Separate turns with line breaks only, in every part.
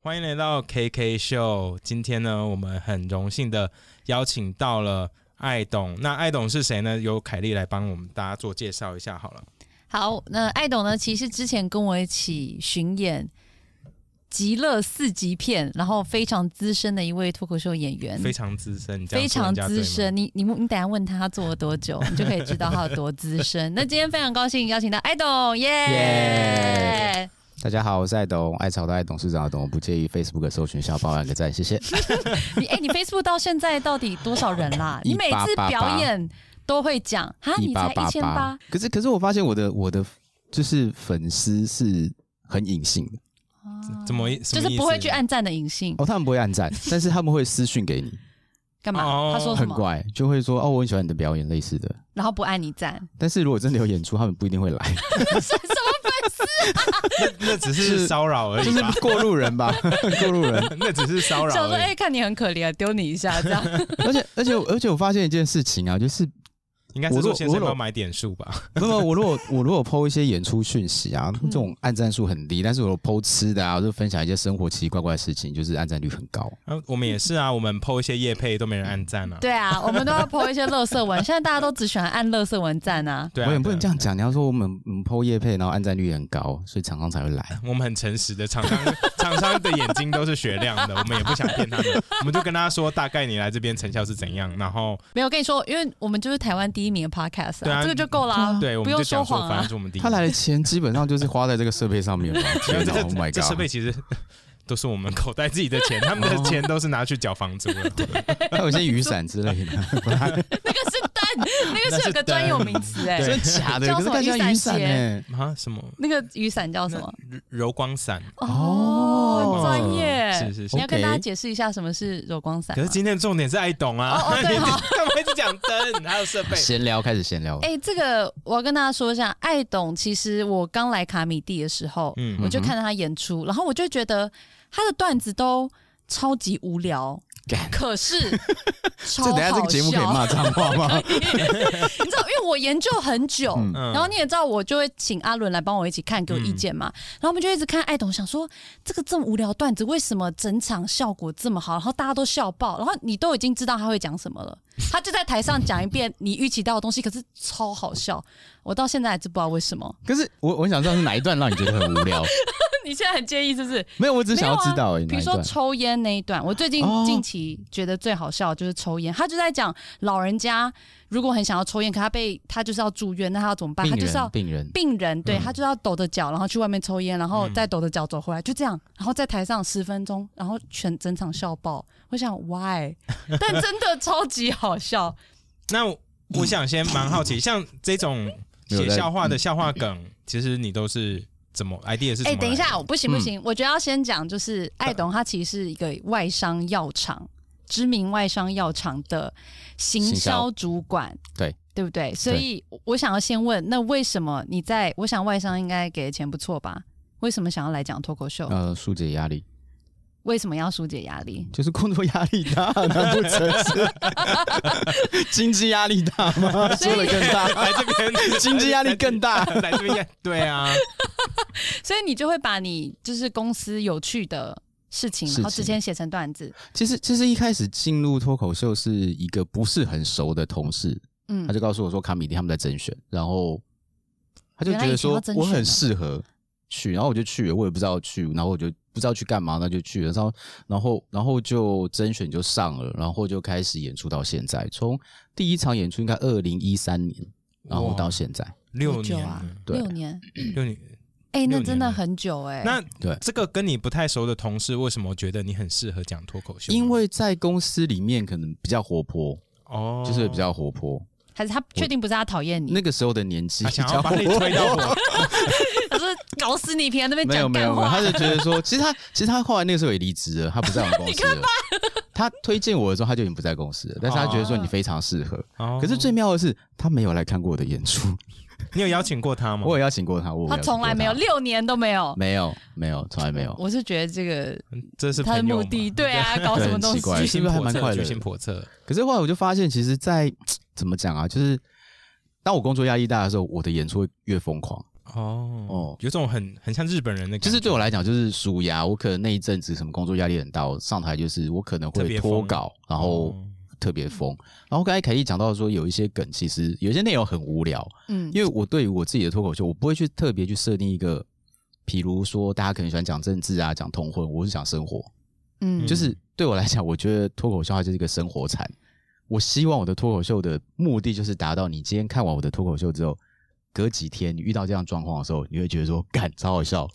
欢迎来到 KK 秀。今天呢，我们很荣幸的邀请到了艾董。那艾董是谁呢？由凯莉来帮我们大家做介绍一下好了。
好，那艾董呢，其实之前跟我一起巡演《极乐四级片》，然后非常资深的一位脱口秀演员，
非常资深，你这样
嗯非
说
常
人家对
资
吗。
深。你你你等一下问他他做了多久，你就可以知道他有多资深。那今天非常高兴邀请到艾董，耶、
耶大家好，我是艾董，爱吵的爱董事长的董，我不介意 Facebook 搜寻一下，帮我按个赞，谢谢。
你哎、你 Facebook 到现在到底多少人啦？你每次
1888
表演都会讲哈，你才一千八，，
可是可是我发现我的我的就是粉丝是很隐性的
怎么意？
就
什么
是
意
不会
思
去按赞的隐性
哦，他们不会按赞，但是他们会私讯给 你，
干嘛？
哦
他说什
很
么？
怪，就会说哦，我很喜欢你的表演，类似的。
然后不按你赞，
但是如果真的有演出，他们不一定会来，
什么
那只
就是
是骚扰 而
啊
就
已
是
吧，
过路人吧， 过路人。
那只是骚
粉丝？想
扰
说哎、
而已。
看你很可怜，丢你一下这样。
而且而且而且我发现一件事情啊，就是
应该是
我如
说
果
先生
我如
要
果
买点数吧？
不不，我如果我如果剖一些演出讯息啊，
嗯
这种按赞数很低，但是我剖吃的啊，我就分享一些生活奇奇怪怪的事情，就是按赞率很高。
啊我们也是啊，我们 PO 一些夜配都没人按赞啊。
对啊，我们都要 po 一些乐色文，现在大家都只喜欢按乐色文赞啊。
对啊，
我也不
对
能
啊
这样讲，你要说我们我们剖叶配，然后按赞率也很高，所以厂商 才会来。
我们很诚实的，厂商 厂商的眼睛都是雪亮的，我们也不想骗他们，我们就跟他说大概你来这边成效是怎样，然后
没有跟你说，因为我们就是台湾第一名的 podcast，、
对
啊
啊
这个就够啦，
对，我
不
们
用
就讲说
谎
反正
啊。
是我 们第一。
他来的钱基本上就是花在这个设备上面了。
没有
天
这这
哪，Oh my
这设备
god！
其实 都是我们口袋自己的 钱，他们的钱都是拿去缴房租 了。
还有一些雨伞之类 的，
那个是蛋，那个
那
是
是
有个专有名词哎、
对
真的假的？
叫
可
什
是
么
大家
雨
雨伞欸
伞鞋
呢？
啊，什么
那个雨伞叫什么？
柔柔光伞？
哦，很
哦
专业。
是是是
你要跟
OK
大家解释一下什么是柔光伞
可
吗
是？今天的重点是爱懂啊，
哦哦 对
你
好
干嘛一直讲灯 还有设备？
闲聊开始闲聊，
哎、这个我要跟大家说一下，艾董其实我刚来卡米蒂的时候，
嗯
我就看到他演出，然后我就觉得他的段子都超级无聊，
干
可是 超
这等下这
好
个节目可以
笑
骂脏话吗？
你知道，因为我研究很久，
嗯
嗯
然后你也知道，我就会请阿伦来帮我一起看，给我意见嘛。然后我们就一直看艾董，想说这个这么无聊的段子，为什么整场效果这么好，然后大家都笑爆，然后你都已经知道他会讲什么了，他就在台上讲一遍你预期到的东西，可是超好笑。我到现在还是不知道为什么。
可是我我想知道是哪一段让你觉得很无聊？
你现在很介意是不是？
没有，我只是想要知道而已。
比
哪
如
一
说
段？
抽烟那一段，我最近
哦
近期觉得最好笑的就是抽烟。他就在讲老人家如果很想要抽烟，可他被他就是要住院，那他要怎么办？
病
啊他就是要
人，病人，
病人，对、
嗯
他就要抖着脚，然后去外面抽烟，然后
嗯
再抖着脚走回来，就这样，然后在台上十分钟，然后全整场笑爆。我想 why，但真的超级好笑。
那我我想先蛮好奇，像这种写
没有在
笑话的笑话梗，其实你都是怎么啊 idea 是？
哎、等一下，，我不行不
嗯
行，我觉得要先讲，就是艾董他其实是一个外商药厂，知名外商药厂的行
行
销
销
主管，
对
对不对？所以我我想要先问，那为什么你在？我想外商应该给的钱不错吧？为什么想要来讲脱口秀？
呃，疏解压力，
为什么要疏解压力？
就是工作压力大， 难不成是 经济压力大吗？
所以
说的更大，
来这边
经济压力更大。
来这边，对啊，
所以你就会把你就是公司有趣的事情，
事
然
情
后之前写成段子。
其实，其实一开始进入脱口秀是一个不是很熟的同事，
嗯
他，就告诉我说卡米蒂他们在甄选，然后他就觉得
原来以
说
前要甄选啊
我很适合去，然后我就去了，我也不知道去，然后我就不知道去干嘛，那就去了，然后然后然后就甄选就上了，然后就开始演出到现在，从第一场演出应该二零一三年，然后到
哇
现在，
六
多久
年
啊
了，
对
六年，
六年。
哎、
六
那
年
真的
了
很久哎、
那
对
这个跟你不太熟的同事，为什么觉得你很适合讲脱口秀呢？
因为在公司里面可能比较活泼，
哦，
就是比较活泼，
还是他确定不是他讨厌你，
那个时候的年纪
啊
比
想
较
要把
活
你
泼。
推到 我，
他说搞死你，平常在那边
没有
讲
没有
干
没
话
有，他。就觉得 说，其实他其实他后来那个时候也离职了，他不在我们公司了。他推荐我的时候，他就已经不在公司了，但是他觉得说你非常适合。
哦
可是最妙的是，他没有来看过我的演出，
你有邀请过他吗？
我也邀请过他，我有
他
邀请
从来
过
没有
他
六年都没有，
啊没有没有从来没有，
我是觉得这个
这是
他的
朋友
目
吗
的，对啊，搞什么东
很奇怪
居
西？
心
是不是还蛮
叵测
快乐
居
的
心叵测。
可是后来我就发现，其实在，怎么讲啊，就是当我工作压力大的时候，我的演出会越疯狂。
哦
哦
有种很很像日本人的感觉，
就是对我来讲，就是舒压。我可能那一阵子什么工作压力很大，我上台就是我可能
特
会
别疯
脱稿，然后
哦
特别疯。然后刚才凯莉讲到说，有一些梗其实有一些内容很无聊，
嗯
因为我对于我自己的脱口秀，我不会去特别去设定一个，比如说大家可能喜欢讲政治啊，讲同婚，我是讲生活，
嗯
就是对我来讲，我觉得脱口秀它就是一个生活产。我希望我的脱口秀的目的就是达到你今天看完我的脱口秀之后，隔几天你遇到这样状况的时候，你会觉得说，干超好笑，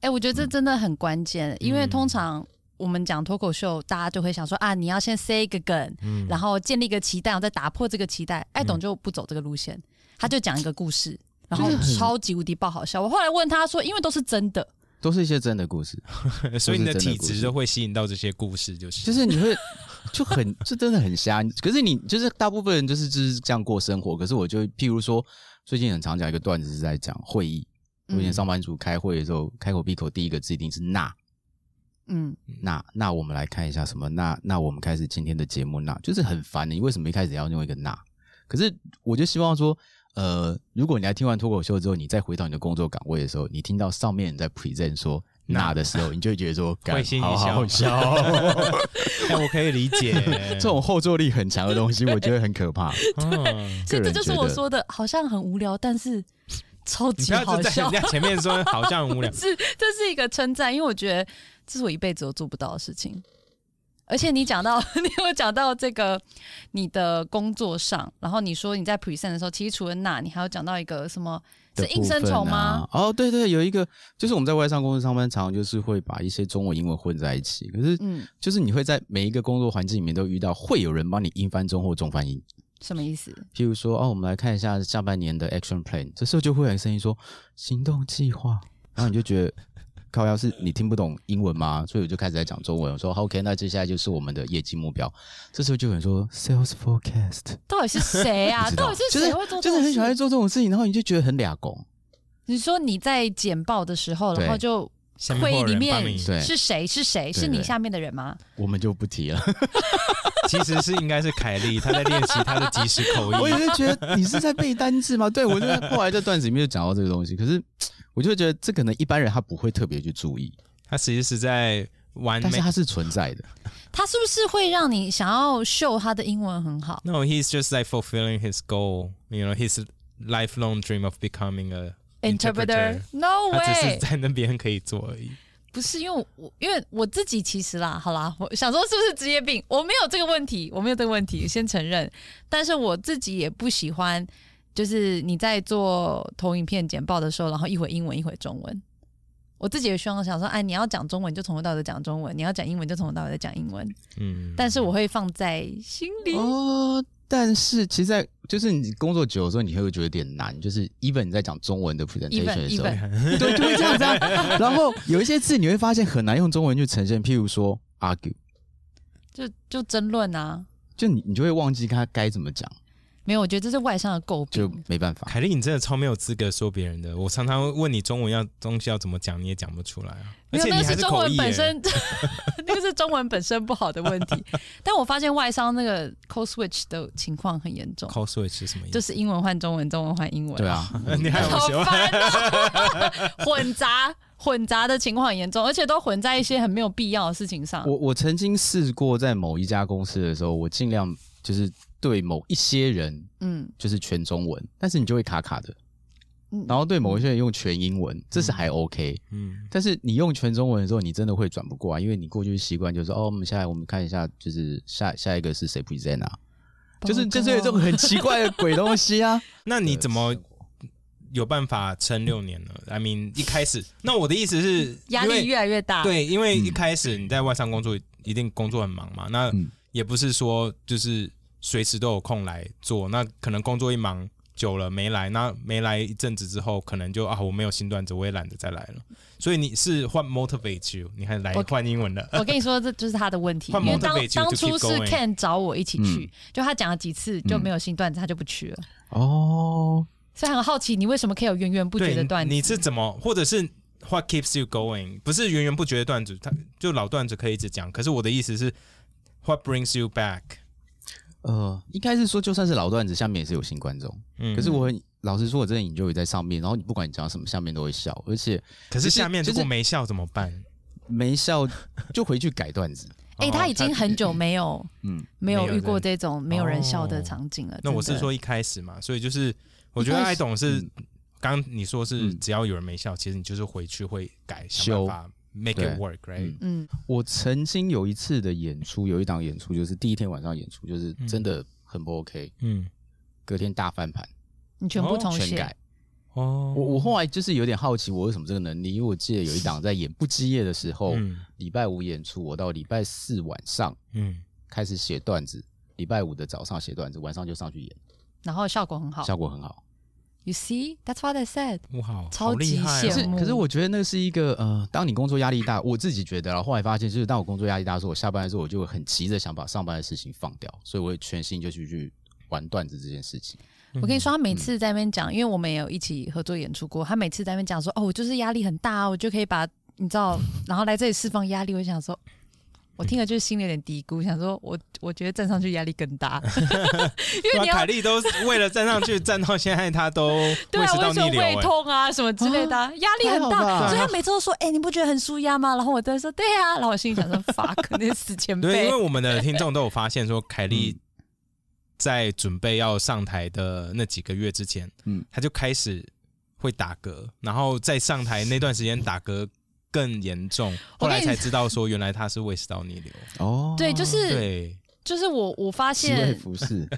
哎、我觉得这真的很关键，因为
嗯
通常我们讲脱口秀，大家就会想说啊，你要先塞一个梗，
嗯
然后建立一个期待，然后再打破这个期待。
嗯
艾董就不走这个路线，他就讲一个故事，然后超级无敌爆好笑。我后来问他说，因为都是真的，
都是一些真的故事。
所以你的体
都是真的故
质
事
就会吸引到这些故事，就是
就是你会 就很就真的很瞎。可是你就是大部分人就是就是这样过生活。可是我就譬如说，最近很常讲一个段子是在讲会议。
嗯
我以前上班族开会的时候，开口闭口第一个字一定是那
嗯，
那那我们来看一下什么那那我们开始今天的节目那就是很烦的。你为什么一开始要用一个那？可是我就希望说，呃，如果你来听完脱口秀之后，你再回到你的工作岗位的时候，你听到上面人在 present 说
那
那的时 候，你就会觉得说，干
会心一
好好
笑
笑 哦。
哎，我可以理解
这种后坐力很强的 东西，我觉得很可怕。
嗯
所以这
个人
就是
觉
我
得
说的，好像很无聊，但是超
你
级
不要
好
就在
笑，
人。家前面说好像很无聊
是这是一个称赞，因为我觉得这是我一辈子都做不到的事情。而且你讲到， 你有讲到这个你的工作上，然后你说你在 present 的时候，其实除了那，你还有讲到一个什么是
的
应声虫吗？
部分啊？哦，对对，有一个就是我们在外商公司上班，常常就是会把一些中文、英文混在一起。可是，
嗯，
就是你会在每一个工作环境里面都遇到，会有人帮你英翻中或中翻英。
什么意思？
譬如说，哦，我们来看一下下半年的 action plan，这时候就会有人声音说行动计划，然后你就觉得。靠腰是你听不懂英文吗？所以我就开始在讲中文。我说好 OK，那接下来就是我们的业绩目标。这时候就有人说 sales forecast，
到底是谁啊
不？知道
到底是
就
谁会做这
是就是
种
很喜欢
事？
做这种事情，然后你就觉得很俩拱。
你说你在简报的时候，
对
然后就
下面
会
会
议
有
里
人帮
面
你
对
是谁？是谁？
对
是你
对
下面的人吗？
我们就不提了。
其实是应该是凯莉，她在练习她的即时口
我也
译。
是觉得你是在背单 字吗？对我就在后来这段子里面就讲到这个东西，可是我就觉得这可能一般人他不会特别去注意，
她其实是在完
但是
美。
它是存在 的。
他是不是会让你想要秀他的英文很好？
No, he's just like fulfilling his goal. You know, his lifelong dream of becoming a interpreter.
interpreter no
他只是
way，
在那边可以做而已。
不是因为我因为我自己其实啦，好啦，我想说是不是职业病？我没有这个问题，我没有这个问题，先承认。但是我自己也不喜欢，就是你在做投影片简报的时候，然后一会英文一会中文。我自己也希望想说，哎，你要讲中文就从头到尾讲中文，你要讲英文就从头到尾在讲英文。
嗯，
但是我会放在心里。
哦，但是其实在，就是你工作久的时候，你会觉得有点难，就是 even 你在讲中文的 presentation 的时候
even，even
对，就会这 样子、啊。然后有一些字你会发现很难用中文去呈现，譬如说 argue，
就就争论啊，
就你你就会忘记它该怎么讲，
没有，我觉得这是外商的诟病。
就没办法。
凯莉，你真的超没有资格说别人的。我常常问你中文要东西要怎么讲，你也讲不出来啊。而
没有，
且
那
你
个
还
是中
口
文
译
本
耶，
身， 那个是中文本身不好的问 题。但我发现外商那个 code switch 的情况很严重，
口水是什么意
就
思？
是英文换中文，中文换英文，
对，啊，
你还 有
好
喜欢
烦啊 混杂混杂的情况很严重，而且都混在一些很没有必要的事情上。
我我曾经试过在某一家公司的时候，我尽量就是对某一些人
嗯，
就是全中文，但是你就会卡卡的
嗯。
然后对某一些人用全英文，这是还 OK，、
嗯，
但是你用全中文的时候，你真的会转不过来，因为你过去习惯就是说哦，我们下来我们看一下，就是下下一个是谁 present 啊，就是就是有这种很奇怪的鬼东西啊。
那你怎么有办法撑六年呢？I mean，一开始，那我的意思是，
压
因为
力越来越大。，
对，因为一开始你在外商工作，一定工作很忙嘛，那
嗯
也不是说就是随时都有空来做，那可能工作一忙久了没来，那没来一阵子之后，可能就啊我没有新段子，我也懒得再来了，所以你是换 motivate you，你还来
我
换英文的，
我跟你说，这就是他的问题。
换
因为
motivate
当
you to
当初
keep
是
going
Ken 找我一起
嗯
去，就他讲了几次就没有新段子，他就不去了。
哦，
所以很好奇，你为什么可以有源源 不绝
对
的段，子？
你是怎么，或者是 what keeps you going？不是源源不绝的段子，它就老段子可以一直讲，可是我的意思是 what brings you back？
呃，应该是说就算是老段子，下面也是有新观众。
嗯
可是我很老实说，我真的 enjoy 在上面，然后你不管你讲什么，下面都会笑，而且
可是
就是
下面如
就
果
是
没笑怎么办？哦
没笑就回去改段子。
哎、他已经很久没有
嗯，
没有
没有
遇过
人
这种没有人笑的
哦
场景了。
那我
真
是
的
说一开始嘛，所以就是我觉得
一开始
爱董是
嗯
刚刚你说是
嗯
只要有人没笑，其实你就是回去会改想
修
办法 make
对
it work right？
嗯
嗯，
我曾经有一次的演出，有一档演出就是第一天晚上演出，就是真的很不 OK，、
嗯
隔天大翻盘，
你全部
哦
重
全
写，
改。
哦，
我我后来就是有点好奇，我为什么这个能力？因为我记得有一档在演不羁夜的时候，
嗯
礼拜五演出，我到礼拜四晚上
嗯
开始写段子，礼拜五的早上写段子，晚上就上去演，
然后效果很好。
效果很好。
You see, that's what I said。
哇，
超
好厉
级
害哦！
羡
可是
慕
可是我觉得那是一个呃，当你工作压力大，我自己觉得啦，然后后来发现就是当我工作压力大的时候，我下班的时候我就会很急着想把上班的事情放掉，所以我会全心就去去玩段子这件事情。
我
嗯
跟你说，他
嗯
每次在那边讲，因为我们也有一起合作演出过，他每次在那边讲说，哦，我就是压力很大啊，我就可以把你知道，然后来这里释放压力。我就想说，我听了就是心里有点嘀咕，想说我我觉得站上去压力更大， 因为
哇
你要
啊凯。莉都是为了站上去，站到现在她都
对
胃
啊，
食
我
道
会说
逆流
胃
哎。
痛啊什么之类的啊，压力很
还好吧
大，所以他每次都说：“哎、你不觉得很舒压吗？”然后我都说：“对啊。”然后我心里想说 ：“fuck，那是死前
对，因
辈
为。我们的听众都有发现说，凯莉在准备要上台的那几个月之前，嗯
嗯，
她就开始会打嗝，然后在上台那段时间打嗝更严重，后
我跟
来
你
才知道说原来她是胃食道逆流。
哦”，
对，就是
对，
就是我我发
职位
现，
服饰，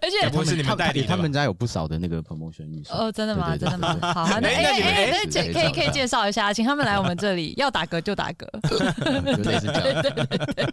而且
该 不会是你们代理的吧
他们家有不少的那个 promotion 预 算。
哦，真的吗？
对对
真的
对
吗
对对？
好，那
哎那
哎
你们
哎，
可以
那请
可
可
以
以可以介绍一下，请他们来我们这里，要打嗝就打嗝，
就类似这样。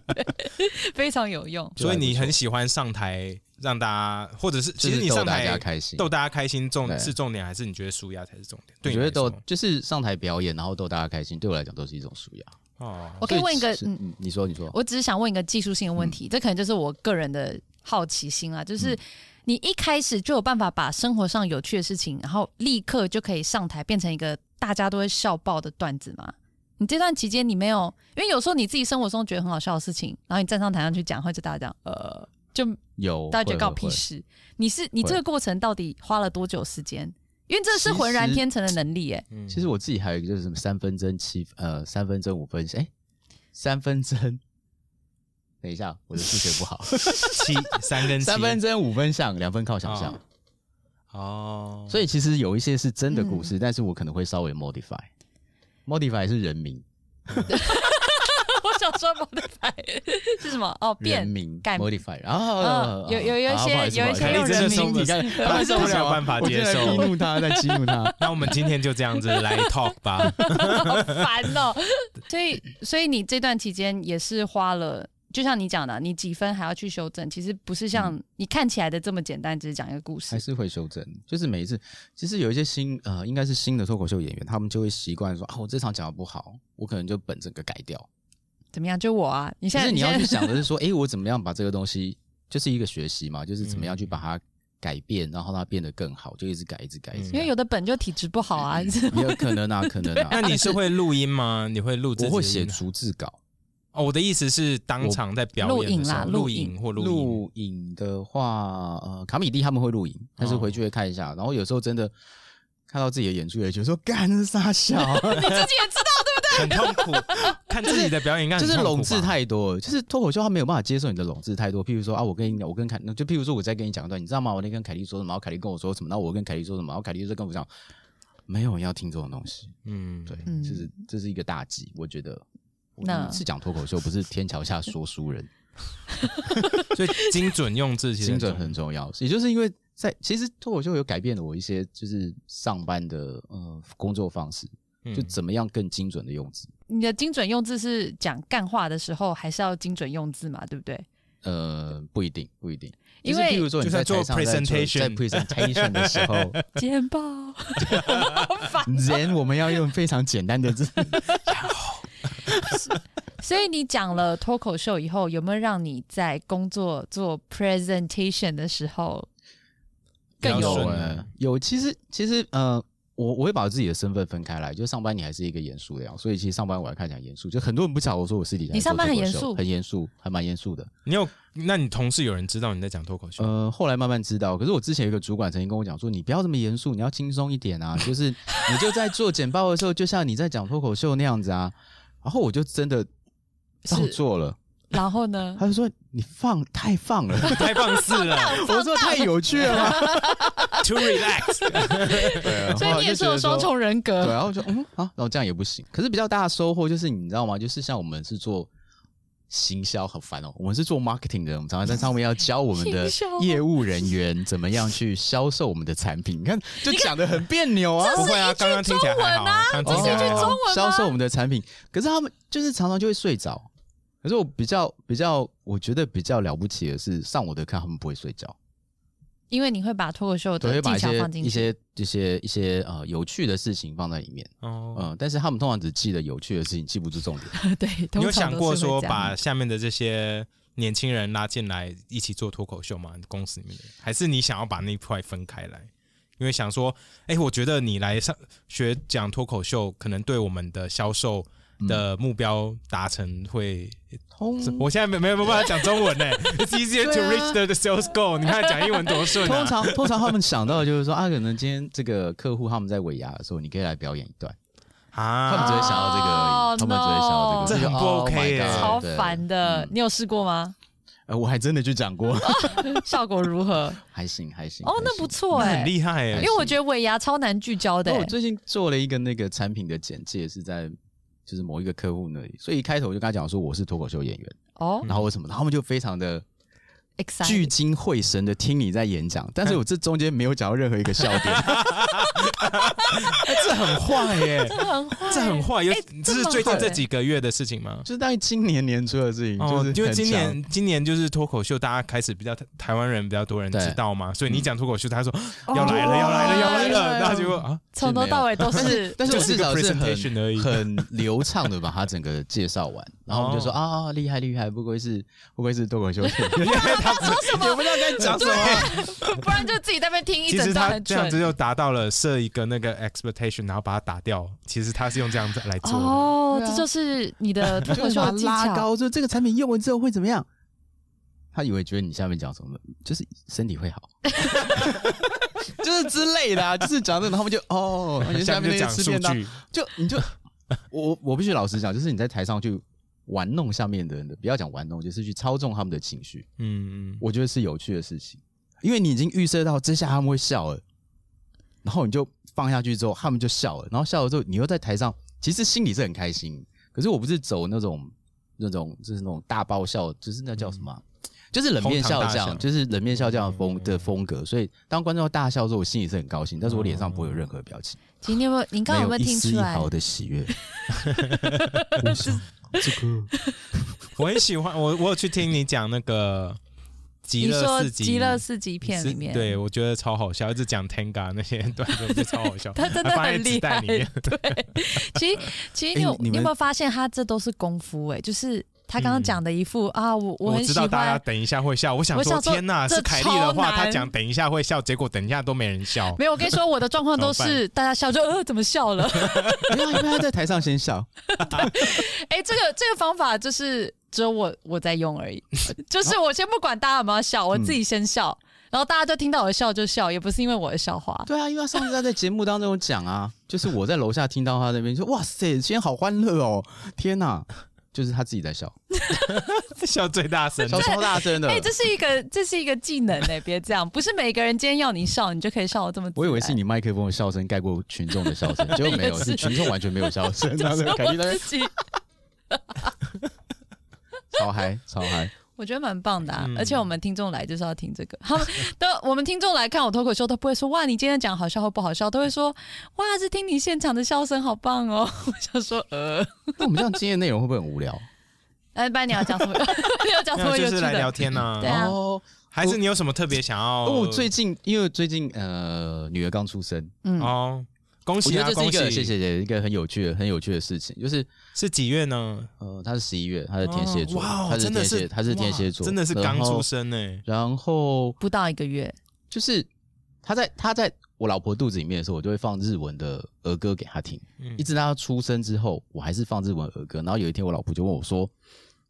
非常有用。
所以你很喜欢上台让大家，或者是
就
其
是
实你
逗
上
大家
台
开心
逗大家开心重
对
是重点，还是你觉得舒压才是重点？
我
对你
觉
来
得
说，
逗就是上台表演，然后逗大家开心，对我来讲都是一种舒压。
哦，
我可以问一个，
是
嗯，
嗯，你说，你说，
我只是想问一个技术性的问
嗯
题，这可能就是我个人的好奇心啊，就是。你一开始就有办法把生活上有趣的事情，然后立刻就可以上台变成一个大家都会笑爆的段子吗？你这段期间你没有，因为有时候你自己生活中觉得很好笑的事情，然后你站上台上去讲，或者大家讲，呃，就
有
大家觉得
会
告
会
屁
会
事。你是你
会
这个过程到底花了多久时间？因为这是浑然
其实
天成的能力、耶。
嗯
其实我自己还有一个就是什么三分针七呃三分针五分哎三分针，等一下我的数学不 好，
七三跟七
三分针五分像两分靠想象，
哦哦，
所以其实有一些是真的故事，
嗯
但是我可能会稍微 modify。modify 是人名，
我想说我的牌 是什么？哦，
人
变
名
改
modify，然哦后
有有有一些有一些
用人名
你看
他受不了办法接受。
我正在激怒他，在激怒他
那我们今天就这样子来 talk 吧。
好烦哦、 所以，所以你这段期间也是花了，就像你讲的，你几分还要去修正，其实不是像你看起来的这么简单，只是讲一个故
嗯还
事。
是会修正。就是每一次，其实有一些新呃，应该是新的脱口秀演员，他们就会习惯说啊，我这场讲的不好，我可能就本整个改 掉。
怎么样？就我啊，你
可
现在
是你要
现
去
在
想 的是说，诶，我怎么样把这个东西，就是一个学习嘛，就是怎么
嗯
样去把它改变，然后让它变得更好，就一直改，一直改，一直
嗯
因为
改。
有的本就体质不好 啊，你知道吗
也有可能啊，可能啊。
那你是
但
会录音吗？你会录自己
我
的
会
音啊
写逐字稿，
哦，我的意思是当场在表演的时候
录影啦
录
录
影
影
或录音。
录影的话，呃，卡米蒂他们会录影，但是回
哦
去会看一下。然后有时候真的看到自己的演出，也觉得说干这是傻啊笑。
自己也知道
很痛苦， 看自己的表演应该很
就是
痛苦吧
笼子太多了，就是脱口秀他没有办法接受你的笼子太多。譬如说啊，我跟你讲，我跟凯，就譬如说我在跟你讲一段，你知道吗？我那天跟凯莉说什么，然后凯莉跟我说什么，然后我跟凯莉说什么，然后凯莉就跟我讲，没有人要听这种东西。
嗯，
对，
嗯
就是这是一个大忌，我觉得。我
那
们是讲脱口秀，不是天桥下说书人，
所以精准用字 其实
精准
重要
很重要。也就是因为在其实脱口秀有改变了我一些就是上班的呃工作方式，
嗯
就怎么样更精准的用字。
你的精准用字是讲干话的时候，还是要精准用字嘛，对不对？
呃，不一定，不一定。
因
就是
为
譬如说你
就
在
算做
台上在
presentation
在 presentation 的时候，
简报， 好烦。
人我们要用非常简单的 字。
所以你讲了脱口秀以后，有没有让你在工作做 presentation 更
比较
有
顺
有
啊
有，其实其实呃，我我会把自己的身份分开来，就上班你还是一个严肃的样，所以其实上班我还看起来很严肃，就很多人不晓得我说我私底下
你上班
做
很
talk
严
show，
肃
很严肃，还蛮严肃的。
你有？那你同事有人知道你在讲脱口 秀？
呃，后来慢慢知道，可是我之前有一个主管曾经跟我讲说，你不要这么严肃，你要轻松一 点啊，就是你就在做简报的时候，就像你在讲脱口秀那样子啊。然后我就真的照
是
做了，
然后 呢？
他就说你放太放了，
太放肆 了
我说太有趣了吧，
，too relax。
对
所以你也是有双。重人
然后就觉
格，
得说对，然后就嗯啊，然后这样也不行。可是比较大的收获就是，你知道吗？就是像我们是做行销，很烦哦。我们是做 marketing 的，我们常常在上面要教我们的
行销
业务人员怎么样去销售我们的产品。你看，就讲的很别扭啊。哦
不会啊，刚刚听起来还好，刚
啊这
刚听
是
起
一句
来还
中
好。啊
文吗？
销售我们的产品，可是他们就是常常就会睡着。可是我比较比较，我觉得比较了不起的是，上我的课他们不会睡觉，
因为你会把脱口秀
都会
的
把
技
一
巧
些
放进
一
去，
些一些一些呃有趣的事情放在里面。
哦，
嗯，但是他们通常只记得有趣的事情，记不住重 点。
对，
你
通
有
常
想
都
过
是会
说
这样
把下面的这些年轻人拉进来一起做脱口秀吗？公司里面的，还是你想要把那一块分开来？因为想说，哎、我觉得你来上学讲脱口秀，可能对我们的销售的目标达成会
通
这我现在没没有办法讲中文呢、i t s easier to
对啊
reach the, the sales goal。你看讲英文多顺
通
啊！
常通常他们想到的就是说啊，可能今天这个客户他们在尾牙的时候，你可以来表演一段，他们
啊
只，会想到这个而已，
哦
他们只会想
no
到这个，，Oh
这很不 OK 耶
超烦的
嗯。
你有试过吗？
呃，我还真的去 讲过，
效果如 何？
还行还行。
哦，那
还
不
行。
错哎
很，厉害
因
耶、
为我觉得尾牙超难聚焦的
那我
欸。
最近做了一个那个产品的简介，是在就是某一个客户那里，所以一开头我就跟他讲说我是脱口秀演员，
哦
然后为什么，然后他们就非常的聚
，excited，
精会神的听你在演讲，但
嗯
是我这中间没有讲到任何一个笑点，
这很坏耶、
这很坏
这很坏。有、这是
蛮
最近
好
这
的
几个月的事情吗？
就是大概今年年初的事情，
哦，因
就是
为
很
今
讲
年今年就是脱口秀，大家开始比较台湾人比较多人
对嗯
知道嘛，所以你讲脱口秀，他说
哦
要来了，要来了，要来
哎
了，
呦。
然后结果啊，
从头到尾都是
但是我
就是
至
一个
少是很
presentation 而已
很流畅的把它整个介绍完，然后我们就说、
哦
啊，厉害厉害，不愧是不愧是脱口秀 演员，
啊
他也不知道该讲什么。
不然就自己在那边听一
其
啊整
实
段
他
很
这样
蠢
子。就达到了设一个那个 expectation，然后把它打掉。其实他是用这样子来做的。
哦，
对啊
这就是你的脱口
就是
秀
把它
的技
拉
巧。
高，就这个产品用完之后会怎么样？他以为觉得你下面讲什么，就是身体 会好，就是之类的、啊，就是讲这种，他们就哦，原来
下
下面
面就
那
讲
个吃
数
便当，
据，
就 你就我我我必须老实讲，就是你在台上去玩弄下面的人的，不要讲玩弄，就是去操纵他们的情绪，
嗯，
我觉得是有趣的事情，因为你已经预设到这下他们会笑了，然后你就放下去之后，他们就笑了，然后笑了之后，你又在台上，其实心里是很开心，可是我不是走那种那种就是那种大爆笑，就是那叫什么啊、就是冷面笑这
嗯哄堂大笑嗯
样，就是冷面笑这样的风的风格，所以当观众大笑的时候，我心里是很高兴，但是我脸上不会有任何表情，
今天有没有？您刚刚有没
没
有
有一
听
丝
出
一
来？
毫的喜悦。我想这个
我很喜欢，我我有去听你讲那个极
你
乐
说
四级，
极乐四级片里面，
是对我觉得超好笑，一直讲 Tenga 那些 段子，我觉得超好笑。
他真的
还放在
很
纸
厉
袋
害。
里面
对， 其实其实你有
哎你
你
们
有没有发现，他这都是功夫哎，就是他刚刚讲的一副
嗯
啊，我
我
很
知
喜
道大家
欢。
等一下会笑，我想
我
说
想说
天哪，
这
是凯莉的话，
超难
她讲等一下会笑，结果等一下都没人笑。
没有，我跟你说，我的状况都
怎么
是大家笑就呃怎么笑了。
没有啊，因为他在台上先笑，
哎、这个这个方法就是只有我我在用而 已，就是我先不管大家有没有
嗯
笑，我自己先笑，然后大家就听到我笑就笑，也不是因为我的笑话。
对啊，因为他上次他在节目当中有讲啊，就是我在楼下听到他那边说：“哇塞，今天好欢乐哦，天哪！”就是他自己在笑，
笑最大 声
笑
的，
超大声的
哎、。这是一个这是一个技能哎、别这样，不是每个人今天要你笑，你就可以笑的这么自然。
我以为是 你麦克风的笑声盖过群众的笑声，结果没有，
也是
是群众完全没有笑声，然后
是
就感觉在那
我
边
自己，
超嗨超嗨。
我觉得蛮棒的、啊，
嗯
而且我们听众来就是要听这个， 他们都我们听众来看我脱口秀都不会说哇你今天讲好笑或不好笑，都会说哇是听你现场的笑声好棒哦。 我想说呃，
那我们这样今天的内容会不会很无聊？
哎，不然你要讲什么？ 你要讲
没
什么
有
有
就
趣
是来
的
聊？天呐、
对哦啊
哦，
还是你有什么特别想要？
我哦最近因为最近呃女儿刚出生，
嗯，
哦，恭
我
喜
觉
啊，
得这是
恭
一个谢谢
喜！
谢谢一个很有趣的很有趣的事情，就是
是几月呢？
呃她是十一月，她是天蝎座，
哦哇哦
她是
真的
天
是
蝎，她是天蝎座，
真的是刚欸
然后
出生呢、
然后
不到一个月，
就是他在他在我老婆肚子里面的时候，我就会放日文的儿歌给她听，
嗯
一直到她出生之后，我还是放日文儿歌。然后有一天，我老婆就问我说：“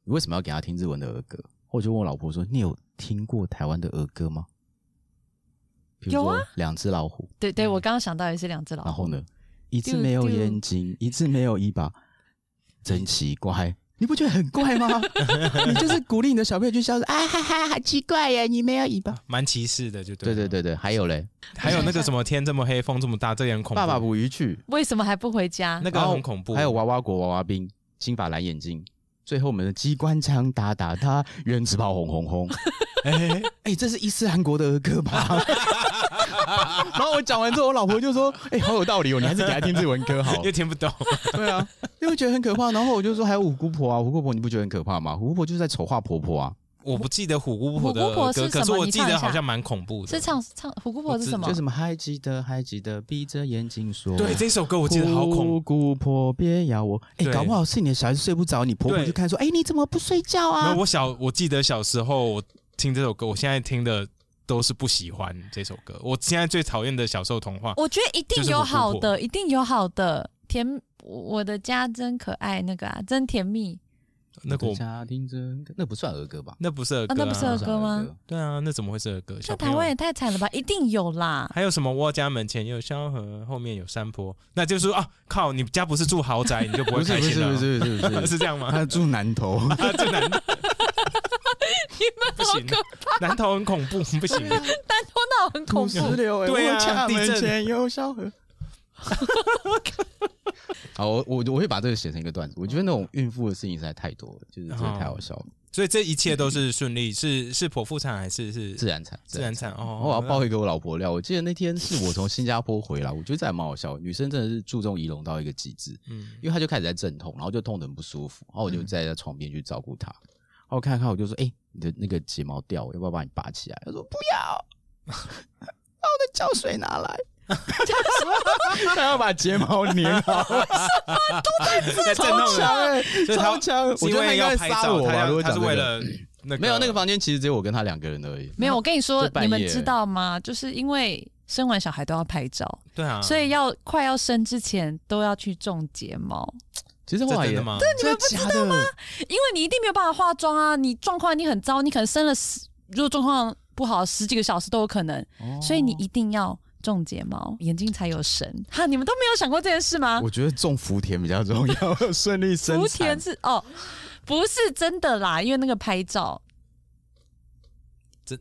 你为什么要给她听日文的儿歌？”我就问我老婆说：“你有听过台湾的儿歌吗？”比如
有
说
啊
两只老虎，
对
嗯
对，我刚刚想到也是两只老
哦
然
虎
后，呢，一只没有眼睛，一只没有尾巴，真奇怪。你不觉得很怪吗？ 你就是鼓励你的小朋友去笑说啊哈哈，好奇怪耶，你没有尾巴。
蛮歧视的，就
对
对
对对对，还有嘞，
对，还有那个什么天这么黑，风这么大，这也很恐怖。
爸爸捕鱼去，
为什么还不回家？
那个
然后
很恐怖，
还有娃娃国娃娃兵、金发蓝眼睛，最后我们的机关枪打打他，原子炮轰轰轰。
哎，
哎、这是伊斯兰国的儿歌吧？ 然后我讲完之后，我老婆就说：“哎、好有道理哦，你还是给他听日文歌好了。
又听不懂，
对啊，因为觉得很可怕。然后我就说还有五姑婆啊，五姑婆你不觉得很可怕吗？五姑婆就是在丑化婆婆啊，
我不记得虎姑婆的
虎姑
歌，
婆是什么
可是我记
你唱一
得
下
好像蛮恐怖的。
是唱唱虎姑婆是什么
哦
就？什么还记得还记得闭着眼睛说，
对这首歌我记得好恐
姑
怖，
姑婆别咬我，哎、
对
搞不好是你的小孩子睡不着，你婆婆
对
就看说，哎、你怎么不睡觉
然
哦
啊
后？我小我记得小时候我听这首歌，我现在听的都是不喜欢这首歌。我现在最讨厌的小时候童话，
我觉得一定
就是
有
虎姑婆
好的，一定有好的甜。我的家真可爱，那个啊，真甜蜜。
那个我
家庭真那不算儿歌吧？
那不是儿歌、
啊那不是儿歌吗？
对啊，那怎么会是儿歌？
在
小朋
台
友
湾也太惨了吧，一定有啦。
还有什么？我家门前有小河，后面有山坡。那就是说啊，靠，你家不是住豪宅，你就不
不
会
是
开
不
心
是
了。
不是不是不是，
是这样吗？
他住南头，
啊，这 男，你 们不行，南头很恐怖，不行。
头脑很恐怖。
流哎
对啊地震
有小河。 好，我我我会把这个写成一个段子。我觉得那种孕妇的事情实在太多了，就是真
嗯
的太好笑了。
所以这一切都是顺利，是是剖腹产还是是
自然产，
自然产？哦
然，后我要爆一个我老婆料，我记得那天是我从新加坡回来，我觉得这还蛮好笑的。女生真的是注重仪容到一个极致，
嗯，
因为她就开始在阵痛，然后就痛得很不舒服，然后我就在她床边去照顾她。然后看一看，我就说：“哎、你的那个睫毛掉，要不要把你拔起来？”她说：“不要，把我的胶水拿 来。”她要把睫毛粘 好，
在震动
强
了，
哎、
所以她
超强！我
是
觉
因
得她
为
应
要
该
拍
杀
照，
我
她
吧？如
要
果
她
讲
是
这个
为了那个
没有那个房间，其实只有我跟她两个人而已。
没有，我跟你说
这，半
你
夜
们知道吗？就是因为生完小孩都要拍照，
对啊，
所以要快要生之前都要去种睫毛，
其实
这
后来
真
也
的吗？
真的假的？
因为你一定没有办法化妆啊，你状况一定很糟，你可能生了十，如果状况不好，十几个小时都有可能，
哦
哦
所以你一定要。种睫毛，眼睛才有神 哈！你们都没有想过这件事吗？
我觉得种福田比较重 要，顺利生
啊福
产
田。是哦，不是真的啦，因为那个拍照，
真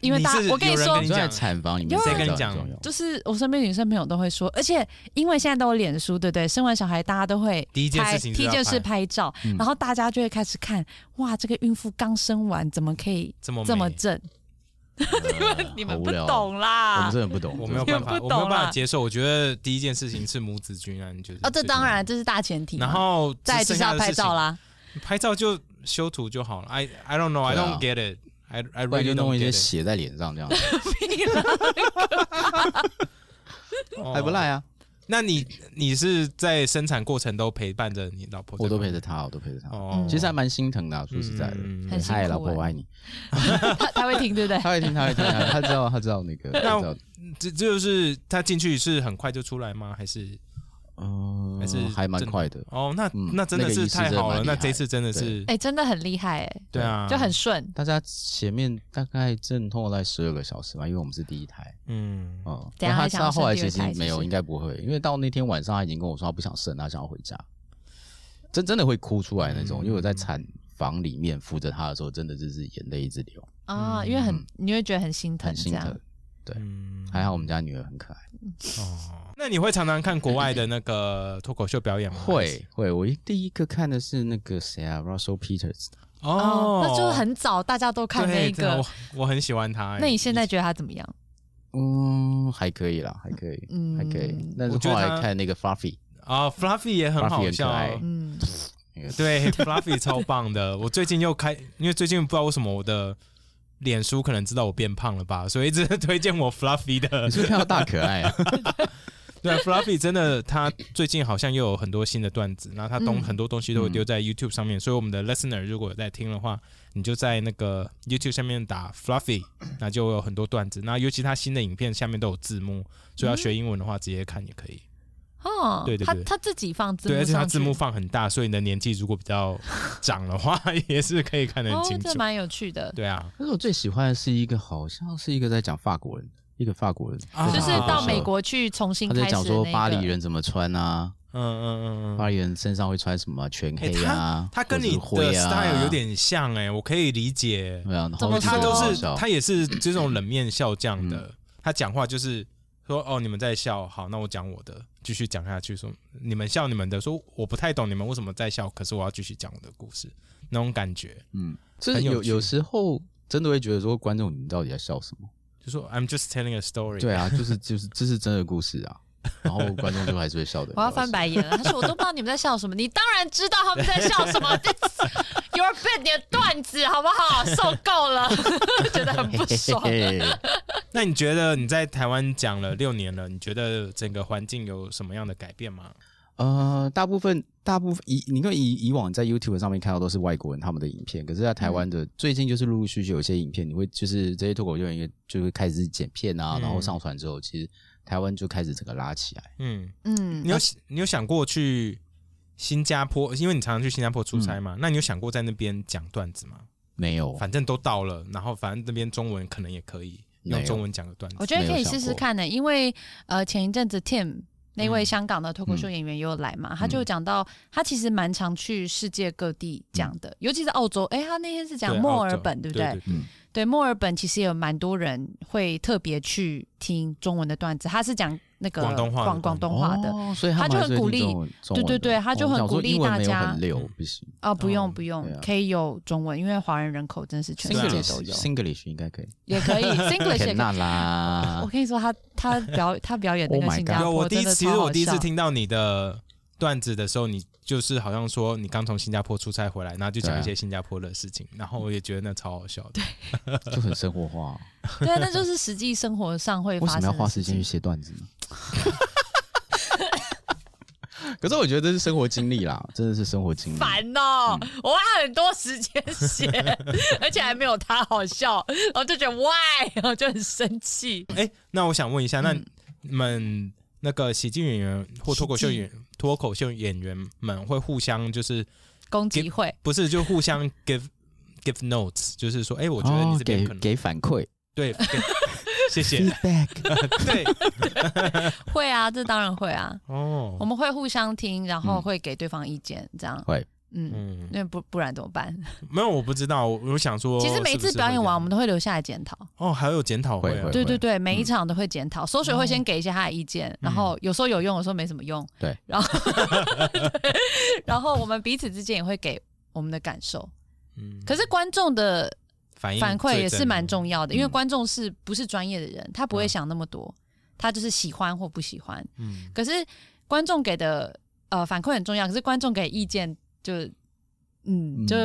因为大
你是
我跟你
有人
说
跟
你
你，
在
讲
产房里面
有
谁跟你
拍照
讲
很重要
就是我身边女生朋友都会说，而且因为现在都有脸书，对不对？生完小孩大家都会
第一件
拍，
事情
第一件事
是
拍照，
嗯
然后大家就会开始看，哇，这个孕妇刚生完怎么可以
这么
这么
美
正？
你
你们不，懂啊
哦我
啦
们真！的不懂，
我没有
你们
办法，
不
我没
懂啊
有办法
啦
接受。我觉得第一件事情是母子军啊，你觉得？
哦，这当然这是大前提嘛。
然后
再来就是要拍照
了，
啦，
拍照就修图就好了。I I don't know, I
对
don't
啊
get it. I I
不
really
然就
don't
弄一些
get
血在脸上这样，
it. 哦
还不赖啊！
那你你是在生产过程都陪伴着你老婆？
我都陪。着她，我都陪着她。
哦，
其实还蛮心疼的啊，说实在的
嗯，
对
嗯很辛苦
嗨，老婆，
欸
我爱你。
他他会听对 不对？
她会听，她会听，她知道，她知道那个。她知道
这这就是他进去是很快就出来吗？还是
嗯，
还是
还蛮快的。
哦，那
嗯
那真的
那个
是
医师
太好了。
真的蛮厉害
那这一次真的是
哎，真的很厉害哎，
对啊，
就很顺。
大家前面大概阵痛了在十二个小时吧，因为我们是第一胎。
嗯
哦，
等一下
那
还
他
想
他
要
后
生
来
第
其
二
实
胎是
没
不
有，
是
应该不会，因为到那天晚上他已经跟我说他不想生，他想要回家，真真的会哭出来那种。
嗯
因为我在产房里面扶着他的时候，真的就是眼泪一直流，
啊，因为很
嗯，
你会觉得很心疼，
很
这
心
样
疼。对
嗯
还好我们家女儿很可爱，
哦。那你会常常看国外的那个脱口秀表演吗？
会会。我一第一个看的是那个谁啊，Russell Peters，
哦
哦，，那就是很早大家都看那
对
一
真的
个。
我我很喜欢他。哎
那你现在觉得他怎么样？
嗯，还可以啦，还可以，
嗯
还可以。但是
我觉得
后
他
来看那个 Fluffy，
啊，Fluffy 也很
Fluffy
好
很可
笑
爱
哦。
嗯，
那个
对，Fluffy 超棒的。我最近又开，因为最近不知道为什么我的脸书 可能知道我变胖了吧，所以一直推荐我 Fluffy 的
你。是不是看到大可爱啊？
对啊，Fluffy 真的，他最近好像又有很多新的段子，然后他东、
嗯
很多东西都会丢在 YouTube 上面，所以我们的 listener 如果有在听的话，你就在那个 YouTube 上面打 Fluffy，那就有很多段子。那尤其他新的影片下面都有字幕，所以要学英文的话直接看也可 以。
哦，
对对
他
对
他自己放字幕
对，
上
而
去，
且他字幕放很大，所以你的年纪如果比较长的话， 也是可以看得很
哦
清，
这
楚。
蛮有趣的。
对啊，
可是我最喜欢的是一个，好像是一个在讲法国人，一个法国人，
啊
就是到美
国。
国去重新
他
开始
在
的那
讲
个
说巴黎人怎么穿啊，
嗯嗯嗯嗯。
巴黎人身上会穿什么全黑
哎
啊，
他跟
或者
你
是
的
灰啊
style 有点像哎、我可以理解。
对啊，然
怎
后
么
因为
我就
他
觉得
都
很好
哦是
笑嗯
他也是这种冷面笑匠的，他讲话就是说哦你们在笑，好，那我讲我的，继续讲下去，说你们笑你们的，说我不太懂你们为什么在笑，可是我要继续讲我的故事，那种感觉，
嗯，就
很
是
有
有
趣
有时候真的会觉得说观众你们到底在笑什么？
就说 I'm just telling a story，
对啊，就是就是这是真的故事啊，然后观众就还是会 笑的。
我要翻白眼了。他 说：“我都不知道你们在笑什么，你当然知道他们在笑什么。That's your bit，你的段子好不好？受够了， 觉得很不 爽。
嘿嘿嘿
那你觉得你在台湾讲了六年了，你觉得整个环境有什么样的改变吗？
呃，大部分大部分以你看以以往在 YouTube 上面看到都是外国人他们的影片，可是，在台湾的、
嗯
最近就是陆陆续续有一些影片，你会就是这些脱口秀演员就会开始剪片啊，
嗯
然后上传之后，其实台湾就开始整个拉起来。
嗯，”
嗯
你，有你有想过去新加坡，因为你常常去新加坡出差嘛，
嗯
那你有想过在那边讲段子吗？
没有，
反正都到了，然后反正那边中文可能也可以
没
用
有
中文讲个段子
我。觉得可以试试看呢、因为呃，前一阵子 Tim 那位香港的脱口秀演员也有来嘛，
嗯
他就讲到他其实蛮常去世界各地讲的，尤其是澳洲。哎、他那天是讲
对
墨
澳
尔
洲
本，
对
对不对？
对
嗯
对，墨尔本其实有蛮多人会特别去听中文的段子，他是讲那个
广东话的
广广东话的。
哦，所以
他
他
就
们还是
很
会
鼓
听
励
中文中
对
文的
对对他就很
哦我想说
鼓励
英文
大
没有
家
很溜
嗯，
不行
哦，不用
哦
不用
对，啊
可以有中文，因为华人人口真是全世界都有，
，Singlish 应该可以，
也可以 Singlish 也可以。
那
我
啦，
跟你说，他他表他表演那
Oh
个
my
新加
有
坡
我第
真
一
的
次，其
超
实
好
我第一次
笑。
听到你的段子的时候，你就是好像说你刚从新加坡出差回来，然后就讲一
对
些新加坡的事情，然后我也觉得那超好笑的。
就很生活化。
对，那就是实际生活上会
为
发
什
生
么
的
要花
事
时间
情
去写段子 呢？可是我觉得这是生活经历啦，真的是生活经历。
烦哦，我花很多时间写，而且还没有他好笑，然后就觉得 why，然后就很生气。
哎、那我想问
嗯
一下，那你们那个喜剧演员或脱口秀演脱口秀演员们会互相就是
攻击会，
不是就互 相 give give notes，就是说，哎、我
我
觉得
哦
你这边
哦给
可能、
给反馈
对，给谢谢，
feedback，
对，
会啊，这当然会啊， 我
哦，
们会互相听，然后
嗯
会给对方意见，这样
会。
嗯，
嗯，
那不不然怎么办？
没有，我不知道，我我想说，
其实每一次表演完，我们
都
都会留下来检讨。
哦，还有检讨会啊
会会
对对对，每一场都会检讨，搜水会先给一些他的意见，然后有时候有用，有时候没什么用。
对，
然后 对然后我们彼此之间也会给我们的感受。
嗯，
可是观众的
反应
反馈也是蛮
要，
重要的，因为
嗯
观众是不是专业的人，他不会想那么多，他就是喜欢或不喜欢。
嗯，
可是观众给的呃反馈很重要，可是观众给意见就嗯
嗯
就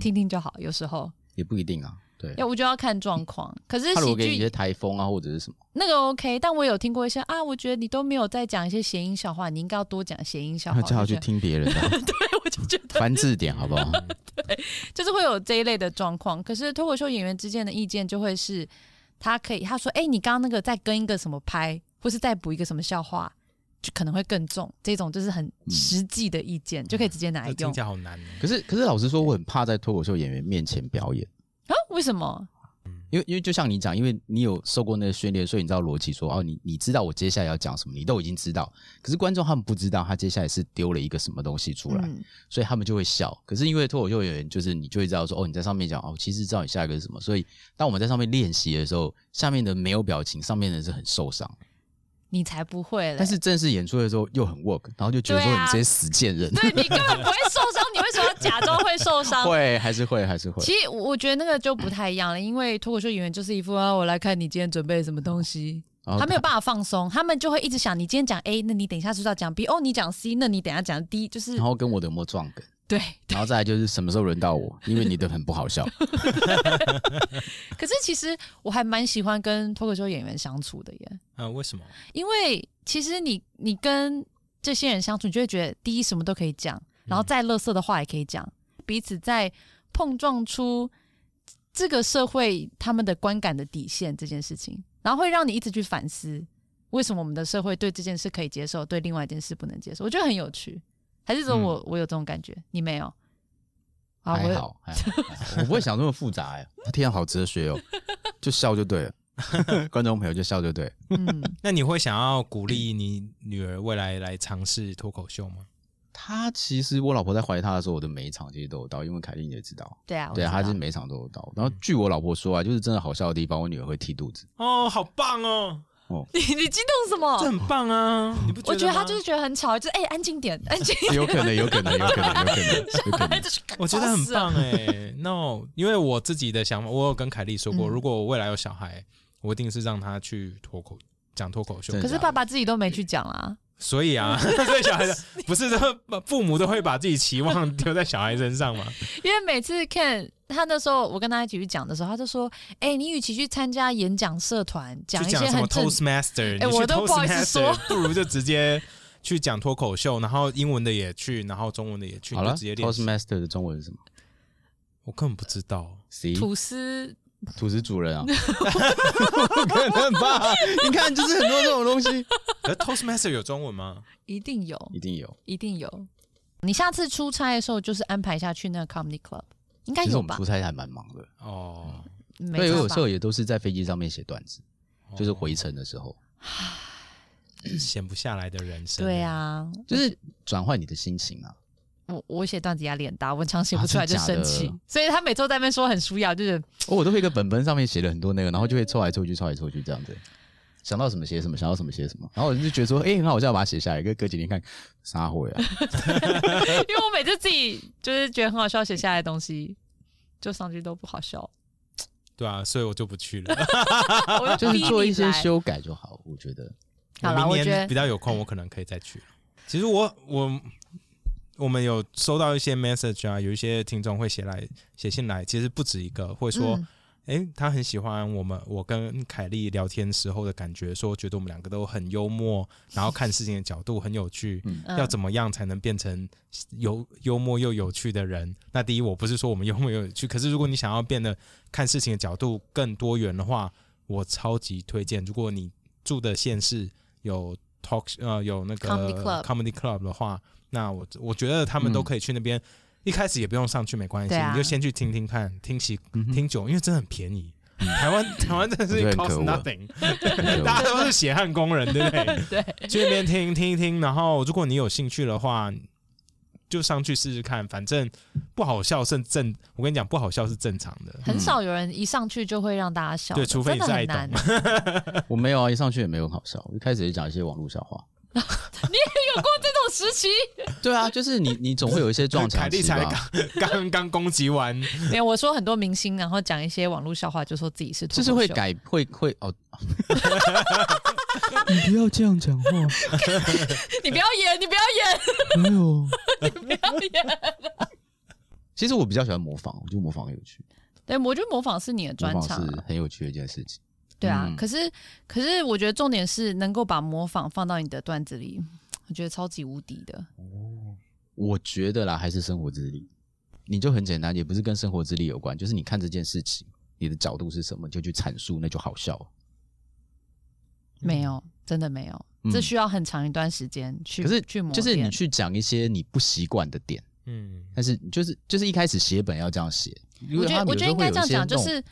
听听就好，有时候
也不一定啊。对，
要我就要看状况。可是
他如
喜
果给你一些
剧
台风啊，或者是什么，
那个 OK，但我有听过一些啊，我觉得你都没有在讲一些谐音笑话，你应该要多讲谐音笑话。
那最好
我就
去
觉得，
听别人 的，
对，我就觉 得
翻字典 好不好？
就是会有这一类的状况。可是脱口秀演员之间的意见就会是，他可以他说，哎、你刚刚那个再跟一个什么拍，或是再补一个什么笑话，就可能会更重。这种就是很
嗯
实际的意见，就可以直接拿来
这
用
听起来好难哦。
可是可是老实说，我很怕在脱口秀演员面前表演。
啊？为什么？
因为因为就像你讲，因为你有受过那个训练，所以你知道逻辑说哦，你你知道我接下来要讲什么，你都已经知道。可是观众他们不知道，他接下来是丢了一个什么东西出来，
嗯
所以他们就会笑。可是因为脱口秀演员，就是你就会知道说哦，你在上面讲哦，其实知道你下一个是什么。所以当我们在上面练习的时候，下面的没有表情，上面的是很受伤。
你才不会嘞！
但是正式演出的时候又很 work，然后就觉得说
对啊
你这些死贱人，
对你根本不会受伤，你为什么要假装会受伤？
会还是会还是会。
其实我觉得那个就不太一样了，因为脱口秀演员就是一副啊，我来看你今天准备了什么东西，
然后
他没有办法放松，他们就会一直想，你今天讲 A，那你等一下是不是要讲 B？哦，你讲 C，那你等一下讲 D，就是
然后跟我的有没有撞梗？
对，
然后再来就是什么时候轮到我，因为你的很不 好笑。
可是其实我还蛮喜欢跟脱口秀演员相处的耶，
啊，为什么？
因为其实你你跟这些人相处，你就会觉得第一什么都可以讲，然
嗯
后再乐色的话也可以讲，彼此在碰撞出这个社会他们的观感的底线这件事情，然后会让你一直去反思，为什么我们的社会对这件事可以接受，对另外一件事不能接受，我觉得很有趣。还是说我、我有这种感觉，你没有？啊，
嗯还
我
好，还好，还好我不会想那么复杂哎、天啊，好哲学哦，就笑就对了， 观众朋友就笑就对了。
嗯，
那你会想要鼓励你女儿未来来尝试脱口秀吗？
他其实我老婆在怀她的时候，我的每一场其实都有到，因为凯莉也知道，
对啊，我
对，
知
她 是
道
每一场都有到。
嗯
然后据我老婆说啊，就是真的好笑的地方，我女儿会踢肚子。
哦，好棒哦，
你你激动什
这
么？
很棒啊！你不
哦我觉
觉得
得他
吗
就是觉得很吵，就是哎、安静点，安 静点，
有可能，有可能，有可能， 有可能，有可能。
就是
我觉得很。
啊
棒
哦
哎、no，因为我自己的想法，我有跟凯莉说过，
嗯
如果我未来有小孩，我一定是让他去脱口讲脱口秀
真。
可是爸爸自己都没去讲啦，
所以 啊，所以小孩子不是这父母都会把自己期望丢在小孩身上嘛？
因为每次 Ken 他那时候我跟他一起去讲的时候，他就说：“哎、你与其去参加演讲社团，讲
去
一些
讲什
很
么
正
Toastmaster，
哎
你去
我都不好意思
Toastmaster，
说
不如就直接去讲脱口秀，然后英文的也去，然后中文的也去，
好
你就
了
直接练习。
，Toastmaster 的中文是什么
我根本不知道，
？C
吐司
土司主 人啊，不可能吧？你看，就是很多这种东西，
可是 Toastmaster 有中文吗？
一定有，
一定有。
一定有。你下次出差的时候，就是安排一下去那个 Comedy Club，应该
其实
有
我们
吧
出？差还蛮忙的，
哦，
没
对，
差
有时候
吧
也都是在飞机上面写段子，就是
哦
回程的时候，
闲不下来的人生。
对，啊，
就是转换你的心情啊。
我我写段子压力很大，我常写
啊
不出来就
真假
生
的
气，所以他每周在那边说很舒压，就是
哦，我都会一个本本上面写了很多那个，然后就会凑来凑去，凑来凑去这样子。想到什么写什么，想到什么写什么，然后我就觉得说，哎、很好笑，把它写下来。隔隔几天看，啥货 呀？
因为我每次自己就是觉得很好笑写下来的东西，就上去都不好 笑，
对啊，所以我就不去了。
我
就是
逼
做
你
一些
来。
修改就好，我觉得。
好啦
我
我
明
觉得嗯
年比较有空，我可能可以再去。其实我我我们有收到一些 message 啊，有一些听众会写来写信来，其实不止一个，会说，
嗯
诶，他很喜欢我们我跟凯莉聊天时候的感觉，说觉得我们两个都很幽默，然后看事情的角度很有趣。
嗯
要怎么样才能变成有幽默又有趣的人？那第一，我不是说我们幽默又有趣，可是如果你想要变得看事情的角度更多元的话，我超级推荐。如果你住的县市有 talk 呃有那个
Comedy club
comedy club 的话，那我我觉得他
嗯
们都可以去那边。一开始也不用上去，没关系，
对啊
你就先去听听看，听习听久，因为真的很便宜。台湾台湾真的是
嗯我觉得
cost
很可恶啊
nothing，
对
大家都是血汗工人，对不对？
对，
去那边听听一听，然后如果你有兴趣的话，就上去试试看。反正不好笑是正，我跟你讲，不好笑是正常的。
嗯
很少有人一上去就会让大家笑的，
对除非
真
你
的
是
很
爱
难。
懂
你
我没有啊，一上去也没有很好笑，我一开始就讲一些网络笑话。
有过这种时期？
对啊，就是你你总会有一些撞
凯
墙
莉
期
才
吧，
刚刚刚攻击完，
没有，我说很多明星，然后讲一些网络笑话，就说自己是脱
就是
口
会
秀。
改会会哦。你不要这样讲话，
你不要演，你不要演，
没有。
你不要演。
其实我比较喜欢模仿，我觉得模仿很有趣，
对，我觉得模仿是你的
模
专
仿
长啊、
是很有趣的一件事情。
对啊，
嗯
可是可是我觉得重点是能够把模仿放到你的段子里，我觉得超级无敌的。
我觉得啦，还是生活自理，你就很简单，也不是跟生活自理有关，就是你看这件事情，你的角度是什么，你就去阐述，那就好笑了。
没有，真的没有，
嗯
这需要很长一段时间去
可是
去磨练。
就是你去讲一些你不习惯的点，
嗯，
但是就是就是一开始写本要这样写，
我觉得我觉得应该这样讲，就
因为
是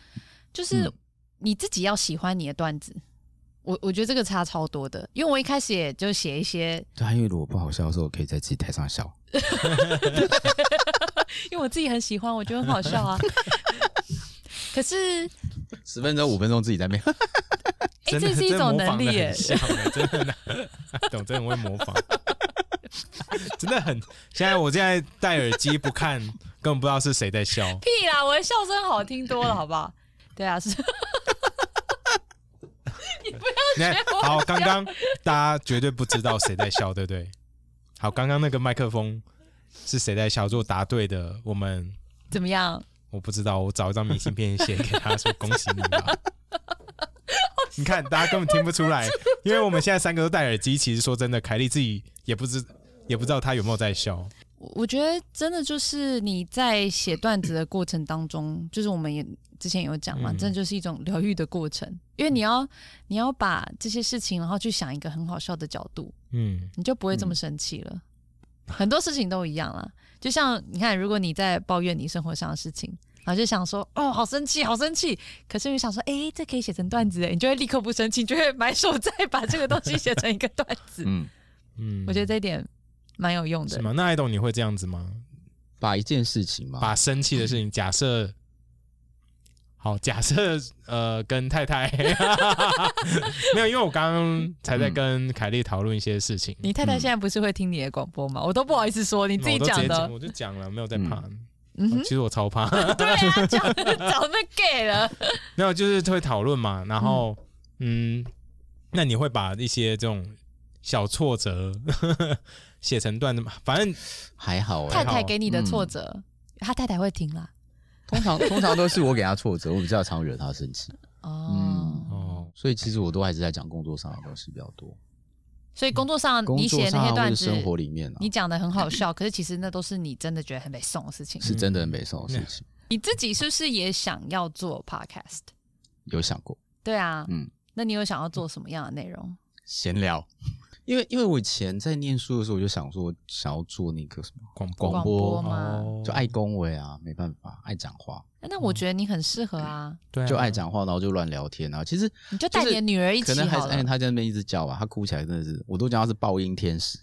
就是
嗯
你自己要喜欢你的段子。我我觉得这个差超多的，因为我一开始也就写一些，
他们有时候会有一些那种对啊，因为如果不好笑的时候，我可以在自己台上笑。
因为我自己很喜欢，我觉得很好笑啊。 可是，
十分钟、五分钟自己在那边，
哎、
真的
这是一种能力耶，
真的模仿得很像真的很，懂真的很会模仿， 真的很。现在我现在戴耳机不看，根本不知道是谁在笑。
屁啦！我的笑声好听多了，好不好？对啊，是
你 看，好，刚刚大家绝对不知道谁在笑，对不对？好，刚刚那个麦克风是谁在笑？如果答对的，我们
怎么样？
我不知道，我找一张明信片写给他说恭喜你吧。 你看，大家根本听不出来，因为我们现在三个都戴耳机。其实说真的，凯莉自己也不知也不知道她有没有在笑。
我我觉得真的就是你在写段子的过程当中，就是我们也之前有讲嘛，
嗯
真的就是一种疗愈的过程，因为你要你要把这些事情，然后去想一个很好笑的角度，
嗯，
你就不会这么生气了。很多事情都一样啦，就像你看，如果你在抱怨你生活上的事情，然后就想说哦，好生气，好生气，可是你想说，哎、这可以写成段子，哎，你就会立刻不生气，你就会 埋手再把这个东西写成一个段子。
嗯，
嗯
我觉得这一点蛮有用的
是。吗？那爱豆你会这样子吗？
把一件事情嘛，
把生气的事情，假设好，假设呃，跟太太 没有，因为我刚刚才
嗯
在跟凯莉讨论一些事情，
你太太现在不是会听你的广播吗？我都不好意思说，你自己
我都直
讲
接
的。
我就讲了，没有在怕。哦
嗯哼
其，实我超怕，
对啊，讲 早被 gay 了。
没有，就是会讨论嘛。然后，嗯，那你会把一些这种小挫折 写成段子吗？反正
还好 哎、
太太给你的挫
嗯
折，他太太会听啦。
通常通常都是我给他挫折，我比较常惹他生气，嗯
哦，
哦，
所以其实我都还是在讲工作上的东西比较多。
所以工作上
工
你
作
写那
上啊
些
或
段
者
子，
生活里面啊，
你讲的很好笑，可是其实那都是你真的觉得很被送的事情。
是真的很没什么事情，
你自己是不是也想要做 podcast？
有想过
对啊，
嗯
那你有想要做什么样的内容？
闲聊。因为因为我以前在念书的时候，我就想说想要做那个什么，
广
广
播
播
播
吗？
哦
就爱恭维啊，没办法，爱讲话，
那我觉得你很适合啊，
对啊，
就爱讲话，然后就乱聊天啊。其实
你就带你的女儿一
可
起
能还
好
是因为哎
了。
他在那边一直叫啊吧，他哭起来真的是，我都讲他是爆音天 使，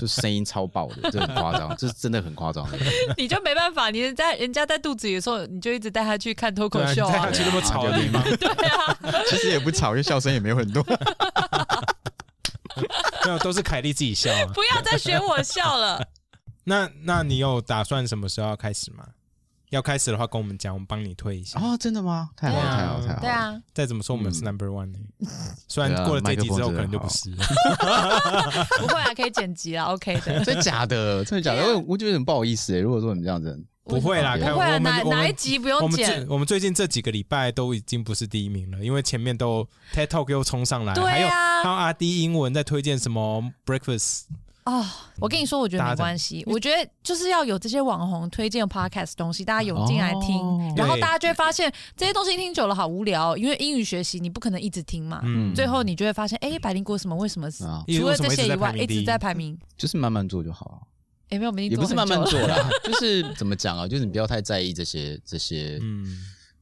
就声音超爆的，这很夸张，这是真的很夸 张的。
你就没办法，你在人家在肚子里的时候，你就一直带他去看脱口
对啊，你
秀
带
啊
他，去那么吵的 地方，
其实也不吵，因为笑声也没有很 多。
没有，都是凯莉自己笑啊。
不要再学我笑了。
那那你有打算什么时候要开始吗？要开始的话，跟我们讲，我们帮你推一下。
哦
啊，真的吗？太好了，
对啊
太好了，太好 了。
对，啊，
再怎么说，我们是 number one 呢、 虽然
对啊
过了这一集之后，可
麦克风
能就
真的
不
好
是了。
不会啊，可以剪辑啊，OK 的。
真的假的？真的假的？
对啊
我我觉得很不好意思哎，如果说你们这样子，
不会啦，
为什
看
么
不
我
会啊，
们
哪
我
哪一
们
集不
我
用
们
剪
最？我们最近这几个礼拜都已经不是第一名了，因为前面都 TED Talk 又冲上来，
对啊
还有还有阿 D 英文在推荐什么 Breakfast，
哦，我跟你说，我觉得
大家
没
怎么
关系。我觉得就是要有这些网红推荐 podcast 东西，大家涌进来听，
哦
然后
对
大家就会发现这些东西听久了好无聊哦，因为英语学习你不可能一直听嘛。
嗯，
最后你就会发现，哎、百灵果什么为什么是？
啊，
因
除
为
了
为什么一直
这些以
在排
外，
名
一
第
直
一
在？排名。
就是慢慢做就好了。
哎、没有，我们已
也
经
不
做
是
很
慢慢
久了
做啦，就是怎么讲啊？就是你不要太在意这些这些
嗯，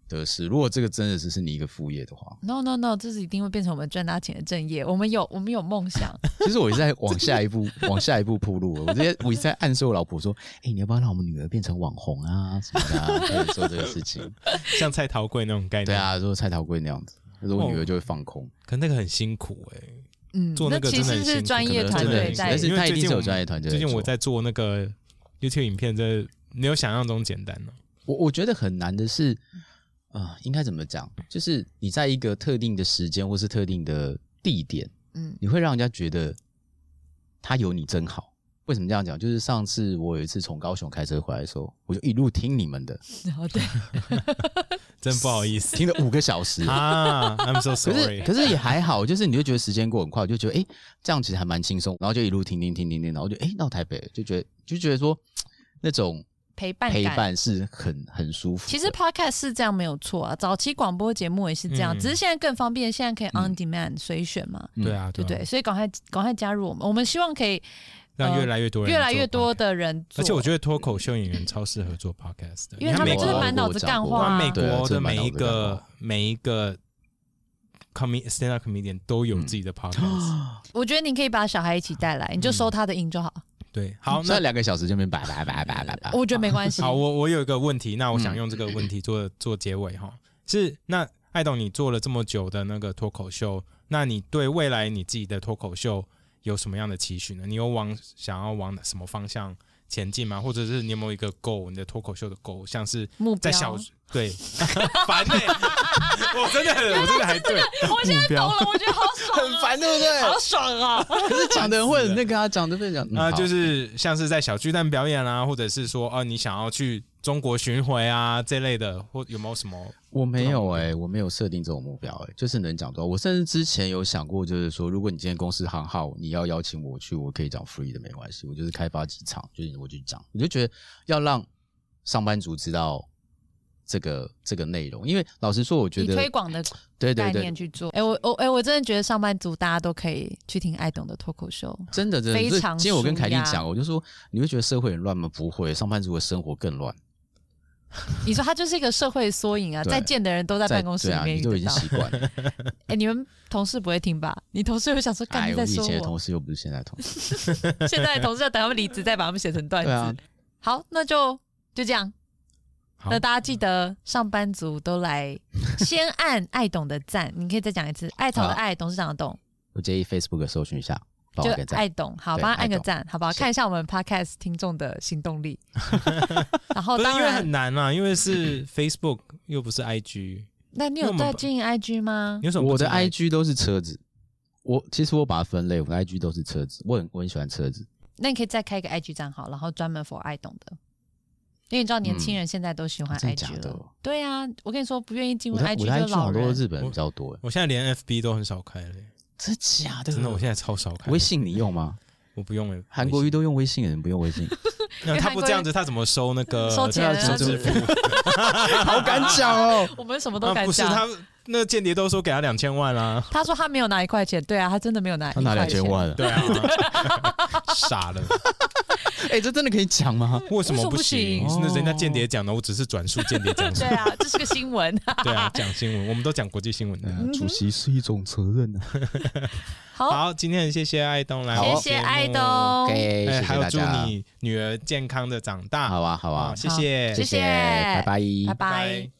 得失。如果这个真的只是你一个副业 的话，
No no no，这是一定会变成我们赚大钱的正业。我们有我们有 梦想，
其实我一直在往下一步往下一步铺路。我直接我一直在暗示我老婆说：“哎、你要不要让我们女儿变成网红啊什么的、啊？”就是做这个 事情。
像蔡桃贵那种概念，
对，啊，如果蔡桃贵那样子，就是我
哦
女儿就会放空。
可那个很辛苦哎、
嗯，
做那个
其
真的很
实
辛
是
苦
专业
可能
团
真的
队
很辛苦
在
但是
因为
他一
最
定
近
是
我
有
们
专业团队在
最
做。
近我在做那个 YouTube 影片，这没有想象中简单了、哦
我我觉得很难的是，
嗯
啊、应该怎么讲？就是你在一个特定的时间或是特定的地点，
嗯
你会让人家觉得他有你真好。为什么这样讲？就是上次我有一次从高雄开车回来的时候，我就一路听你们的，
哦对，
真不好意思
听了五个 小时。
啊，I'm so
可是
sorry。
可是也还好，就是你就觉得时间过很快，我就觉得哎、诶这样其实还蛮轻松，然后就一路听听听听听，然后就哎、诶到台北了就觉得就觉得说那种
陪伴
陪
感。
伴是很很舒 服的。
其实 podcast 是这样没有错啊，早期广播节目也是这样，
嗯
只是现在更方便，现在可以 on demand 随选嘛，
对啊，
嗯对
啊
不对？所以赶快赶快加入我们，我们希望可以
让
呃
越来越多人，
越来越多。的人做，
而且我觉得脱口秀演员超适合做 podcast 的，
因为
你看
他
美
们
国
就是满脑子干话啊
美
对啊
国
这
的
个蛮
每
好
一
的
个每一个 com stand up comedian 都有自己
嗯
的 podcast。
我觉得你可以把小孩一起带来，你
嗯
就收他的音就好，
对，好，
那
那
两个小时就变白白白白白白。
我觉得没关系。
啊 好，我我有一个问题，那我想用这个问题做做结尾哈。是那艾董，你做了这么久的那个脱口秀，那你对未来你自己的脱口秀有什么样的期许呢？你有往想要往什么方向前进吗？或者是你有没有一个 goal，你的脱口秀的 goal，像是
目标
在小对 烦呢、欸我真的很我真的还对
我现在
目标
懂了，我觉得好爽、
很
啊，
烦，对不对？
好爽啊！
可是讲的人会很那个啊，讲的会讲
啊、就是是像是在小巨蛋表演啊，或者是说哦、你想要去中国巡回啊这类的，或有没有什么？
我没有哎、我没有设定这种目标哎、就是能讲多少。我甚至之前有想过，就是说，如果你今天公司行号，你要邀请我去，我可以讲 free 的没关系，我就是开发几场，就是我去讲，我就觉得要让上班族知道这个这个内容，因为老实说，我觉
以
得
推广的
对对
概
对
念，去做。哎、我我哎、我真的觉得上班族大家都可以去听爱懂的脱口秀。
真的真的，
非
就是
常
今天我跟
舒
凯莉
压
讲，我就说你会觉得社会很乱吗？不会，上班族的生活更乱。
你说它就是一个社会缩影啊，
对
再见的人都在
在
办公室
对
里
啊，
面
你
遇
都
得
已经
到。
习惯了。
哎、你们同事不会听吧？你同事会想说， 干
哎，
你
我
在
们以
说
前的
我？
同事啊又不是现在的同事。
现在的同事要等他们离职，再把他们写成段子。
对啊，
好，那就就这样。
好
那大家记得上班族都 来先按爱懂的赞，你可以再讲一次，爱草的爱，董事长的董，
我建议 Facebook 搜寻一下，帮
就
我点赞。
爱懂，好，
对
帮他按个
爱懂
赞，好不好？
是
看一下我们 podcast 听众的行动 力。然后
不是
哦
因
当
为
然
很，难啊，因为是 Facebook 又不是 IG，
那你
因为我
有
们
在
不
经营 IG 吗
你？有什么不
我的
进来
IG 都是车子，我其实我把它分类，我的 IG 都是车子，我很我很喜欢车子。
那你可以再开一个 IG 账号，然后专门 for 爱懂的，因为你知道年轻人现在都喜欢
啊真的
IG
假的
了。对啊，我跟你说，不愿意进入
我的我
IG
的
就
IG
老
好多
人。
日本人比较多，欸
我现在连 FB 都很少开了耶、
真假的
真的，我现在超少开。
呃微信你用吗？
我不用哎、欸，
韩国瑜都用微信，人不用微 信，
那
因为
他
韩
不
国
这样
瑜
子，他怎么收那个
收钱
支
啊
支
对
付？
好敢 讲哦。
我们什么都
啊，
敢
不是
讲。
他那间谍都说给他两千万 啊，
他说他没有拿一块钱，对啊，他真的没有拿一
他
块
拿
钱。
两千万了，
对啊，傻了，
哎，这真的可以讲吗？
为什
为什
么
么不
行？
行
那人家间谍讲的，我只是转述间谍讲
对
的，
啊，这是个新闻。
对啊，讲新闻，我们都讲国际新闻的。
啊主席是一种责任啊。
好，
好，今天很谢谢爱东来，
谢谢爱，东，
OK，
哎，
谢
还
谢
有
大
祝
家。
你女儿健康的长大，
好啊，好啊哎
好，，谢谢，
谢
谢谢，拜拜，
拜
拜拜。